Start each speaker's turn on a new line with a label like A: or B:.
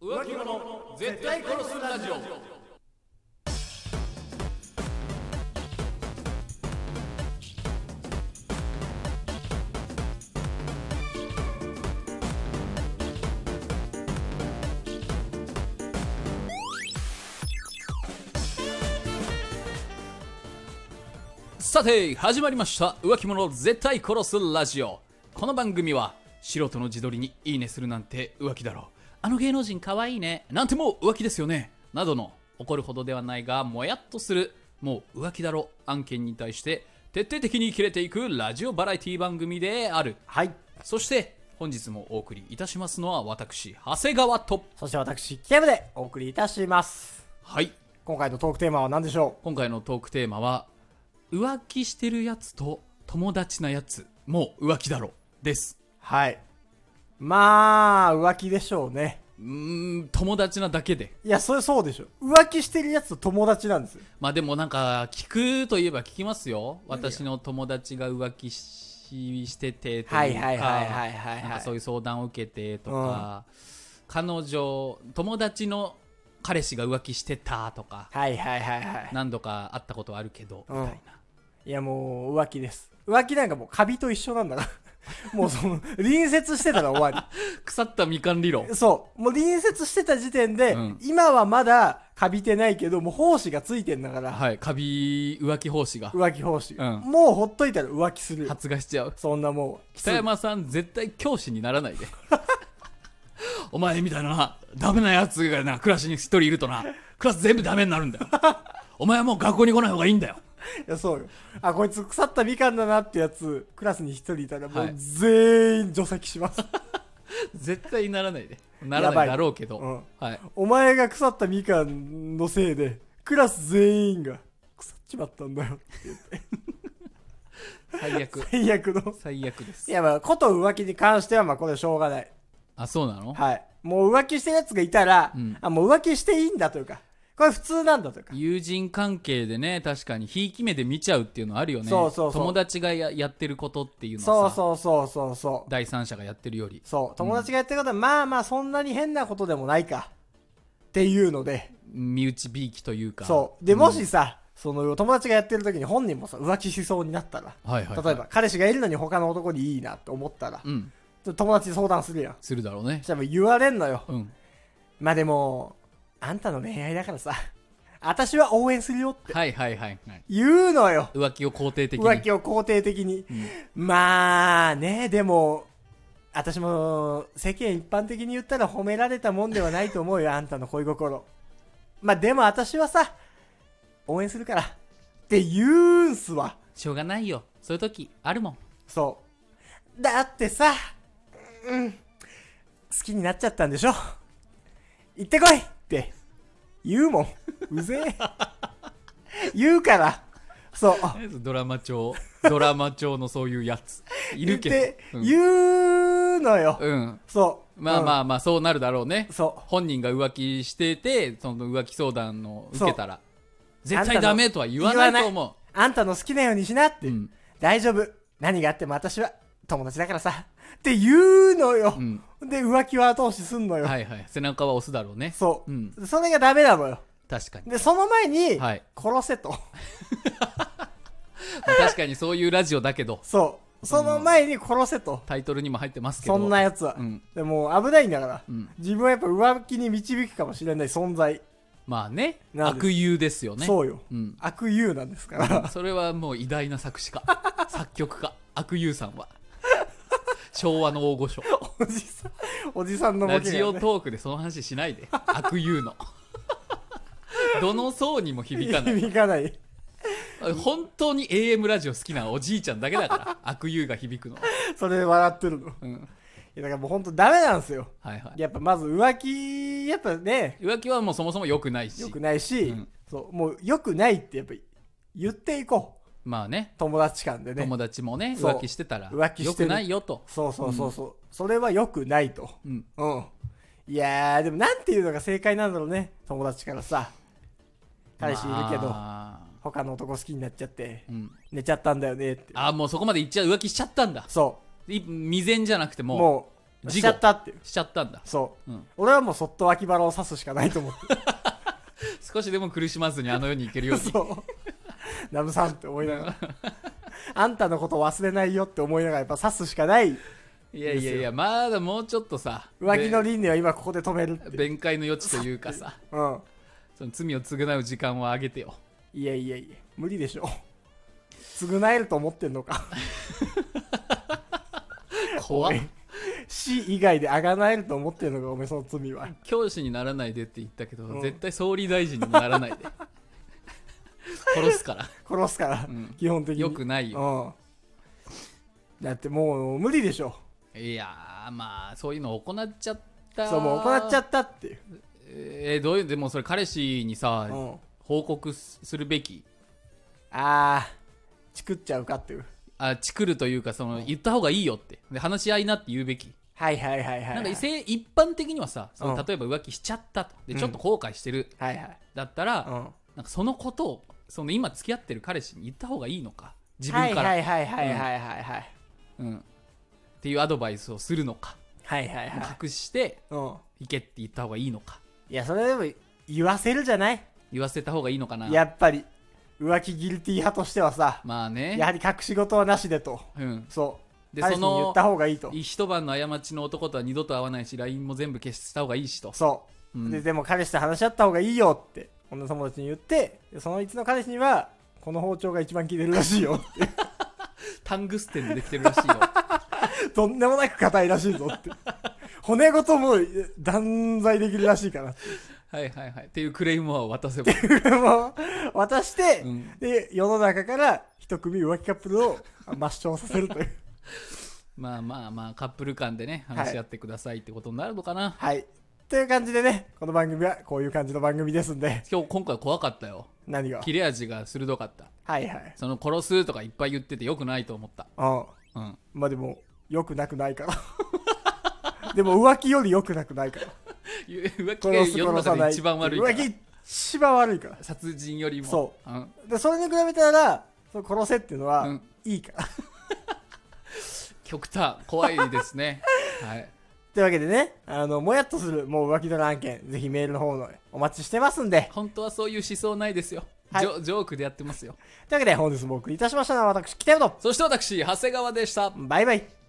A: 浮気者絶対殺すラジオさて始まりました浮気者絶対殺すラジオこの番組は素人の自撮りにいいねするなんて浮気だろあの芸能人かわいいねなんてもう浮気ですよねなどの怒るほどではないがもやっとするもう浮気だろ案件に対して徹底的に切れていくラジオバラエティ番組である
B: はい。
A: そして本日もお送りいたしますのは私長谷川と
B: そして私、キムでお送りいたします。
A: はい
B: 今回のトークテーマは何でしょ
A: 今回のトークテーマは浮気してるやつと友達なやつもう浮気だろです
B: うはい。まあ、浮気でしょうね。
A: うーん友達なだけで
B: いや、それそうでしょ。浮気してるやつと友達なんですよ。
A: まあでもなんか聞くといえば聞きますよ私の友達が浮気ししててというか
B: はいはいはいはいはいはい
A: なんかそういう相談を受けてとか、彼女友達の彼氏が浮気してたとか
B: はいはいはいは
A: 何度か会ったことはあるけど、
B: うん。
A: みたいない
B: いや、もう浮気です。浮気なんかもうカビと一緒なん だから。もうその、隣接してたら終わ
A: 腐ったみかん理論
B: り。そう。もう隣接してた時点で、
A: うん
B: 今はまだカビてないけど、もう胞子がついてんだから、
A: はいカビ浮気奉仕が
B: 浮気胞子、
A: うん
B: もうほっといたら浮気するよ。
A: 発芽しちゃう
B: そんなもう。
A: 北山さん絶対教師にならないでお前みたいなダメなやつがなクラスに一人いるとなクラス全部ダメになるんだよお前はもう学校に来ない方がいいんだよ
B: いや、そうよ。あ、こいつ腐ったみかんだなってやつ、クラスに一人いたらも
A: は
B: う
A: い
B: 全員除籍します。
A: 絶対ならないでなら
B: や
A: な
B: ば
A: い
B: い
A: だろうけど、
B: うん
A: はい、
B: お前が腐ったみかんのせいで、クラス全員が腐っちまったんだよ。
A: 最悪
B: 最悪の。
A: 最悪で
B: い
A: す
B: や、まあ、こと浮気に関しては、まあ、これはしょうがない。
A: あそうなの、
B: はい。もう浮気してるやつがいたら、
A: うん
B: あ、もう浮気していいんだというか、これ普通なんだというか。
A: 友人関係でね確かにひいき目で見ちゃうっていうのあるよね
B: そうそうそう
A: 友達がややってることっていうの
B: そ
A: は
B: う
A: さ
B: そうそうそうそう。
A: 第三者がやってるより
B: そう。友達がやってることは、まあまあ、そんなに変なことでもないか。っていうので、
A: 身内びいきというか
B: そう。で、もしさ、その友達がやってる時に本人もさ、浮気しそうになったら、
A: はいはいはい、
B: 例えば彼氏がいるのに他の男にいいなって思ったら、
A: うん
B: 友達に相談するやん。
A: するだろうね
B: そしたらもう言われんのよ。
A: うん
B: まあでも、あんたの恋愛だからさ、私は応援するよって
A: はいはいはいはい
B: 言うのよ。
A: 浮気を肯定的に
B: 浮気を肯定的に。まあね、でも、私も世間一般的に言ったら褒められたもんではないと思うよ、あんたの恋心。まあでも私はさ、応援するから。って言うんすわ。
A: しょうがないよそういう時あるもん
B: そう。だってさ、うん、好きになっちゃったんでしょ行ってこいって言うもん。うぜえ。言うから。そう。
A: ドラマ調 ドラマ調のそういうやついる
B: 言っ
A: け
B: て、
A: ど
B: 言うのよ。
A: うん、うん
B: そう。
A: まあま
B: あ。
A: あまあそうなるだろうね
B: そ
A: 本人が浮気しててその浮気相談を受けたら絶
B: あんた
A: 対
B: の
A: ダメとは言わないと
B: 言
A: 思
B: う。あんたの好きなようにしなっ
A: う
B: て。
A: うん、
B: 大丈夫。何があっても私は友達だからさ。って言うのよ
A: う。ん、
B: で、浮気は後押しすんのよ。
A: はいはい背中は押すだろうね
B: そう、
A: うん
B: それがダメなのよ。
A: 確かに
B: で、その前に、
A: はい
B: 殺せと。
A: まあ確かにそういうラジオだけど
B: そう。その前に殺せと。
A: タイトルにも入ってますけど
B: そんなやつは。
A: うん
B: でもう危ないんだから、
A: うん
B: 自分はやっぱ浮気に導くかもしれない存在。
A: まあね
B: なんです
A: 悪友ですよね
B: そうよ。
A: うん、
B: 悪友なんですか ら。
A: それはもう偉大な作詞 家作曲家悪友さんは昭和の大御所
B: おじさん、おじさんのボ
A: ラ
B: ケ
A: ジ
B: が、
A: オ
B: ね。
A: トークでその話しないで悪友 のどの層にも響か ない
B: 響かない。
A: 本当に AM ラジオ好きなおじいちゃんだけだから悪友が響くのは
B: それで笑ってるの。い
A: うん
B: や、だからもうほんとダメなんですよ。
A: はいはい
B: やっぱまず浮気、やっぱね、
A: 浮気はもうそもそも良くないし
B: 良くないし、
A: うん
B: そう、もう良くないってやっぱ言っていこう。
A: まあね
B: 友達間でね
A: 友。達もね
B: そう
A: 浮気してたら
B: 浮気してる
A: 良くないよと、
B: そうそうそうそう。それは良くないと。
A: うん、
B: うん。いやー、でもなんていうのが正解なんだろうね。友達からさ。彼氏いるけど、
A: まあ
B: 他の男好きになっちゃって、
A: うん、
B: 寝ちゃったんだよねって。
A: あーもうそこまでいっちゃう浮気しちゃったんだ
B: そ
A: い未然じゃなくて
B: う。
A: も
B: もう、しちゃったっていう
A: しちゃったんだ
B: そう、
A: うん
B: 俺はもうそっと脇腹を刺すしかないと思って
A: 少しでも苦しまずにあの世に行けるように
B: そうナムさんって思いなが らあんたのこと忘れないよって思いながらやっぱ刺すしかない
A: いやいやいやまだもうちょっとさ
B: 浮気の輪廻は今ここで止めるっていう
A: 弁解の余地というかさ
B: うん
A: その罪を償う時間をあげてよ
B: いやいやいや無理 でしょ償えると思ってんのか
A: 怖っ
B: 死以外であがなえると思ってんのかおめその罪は
A: 教師にならないでって言ったけど、
B: うん
A: 絶対総理大臣にもならないで殺すから
B: 殺すから、
A: うん
B: 基本的に
A: よくないよ
B: うん、だってもう無理でしょ
A: いやーまあそういうの行っちゃった
B: そうもう行っちゃったっていう、
A: えーどういうでもそれ彼氏にさ、
B: うん、
A: 報告すするべき
B: あーチクっちゃうかっていう
A: あチクるというかその言った方がいいよってで話し合いなって言うべき、
B: はいはいはいはいはい
A: なんかせ一般的にはさその
B: うん
A: 例えば浮気しちゃったとで
B: うん
A: ちょっと後悔してる、
B: はいはい、
A: だったら、
B: うん、
A: なんかそのことをその今付き合ってる彼氏に言った方がいいのか自分から、
B: はいはいはいはいはいはいはい
A: うん、っていうアドバイスをするのか
B: はいはいはい、
A: 隠して
B: うん、
A: 行けって言った方がいいのか
B: いやそれでも言わせるじゃない
A: 言わせた方がいいのかな
B: やっぱり浮気ギルティ派としてはさ
A: まあね
B: やはり隠し事はなしでと
A: うん、
B: そう
A: で
B: 彼氏
A: そ
B: に
A: の
B: 言った方がいいと
A: 一晩の過ちの男とは二度と会わないし LINE も全部消した方がいいしと
B: そう、
A: うん
B: ででも彼氏と話し合った方がいいよって女友達に言ってでそのいつの彼氏にはこの包丁が一番効いてるらしい よって
A: タングステンでできてるらし いよ
B: とんでもなく硬いらしいぞって骨ごともう断罪できるらしいからっ
A: はいはいはいっていうクレイモアを渡 せば、
B: ていうのを渡して、
A: うん、
B: で世の中から一組浮気カップルを抹消させるという
A: まあまあまあカップル間でね話し合ってくださいってことになるのかな、
B: はいという感じでねこの番組はこういう感じの番組ですんで
A: 今日今回怖かったよ
B: 何が
A: 切れ味が鋭かった
B: はいはい
A: その殺すとかいっぱい言っててよくないと思った
B: うん
A: うん
B: まあでも良くなくないから でも浮気より良くなくないから
A: ゆ浮気が
B: 殺す
A: 世の
B: 殺さ
A: 中
B: な
A: で
B: い
A: 一番悪いから
B: 浮気一番悪いから
A: 殺人よりも
B: そ
A: うん、
B: でそれに比べたらその殺せっていうのは、
A: うん
B: いいから
A: 極端怖いです ねはい
B: というわけでねあのもやっとするもう浮気の案件ぜひメールの方のお待ちしてますんで
A: 本当はそういう思想ないですよ、
B: はい
A: ジョジョークでやってますよ
B: というわけで本日もお送りいたしましたのは私北山と
A: そして私長谷川でした
B: バイバイ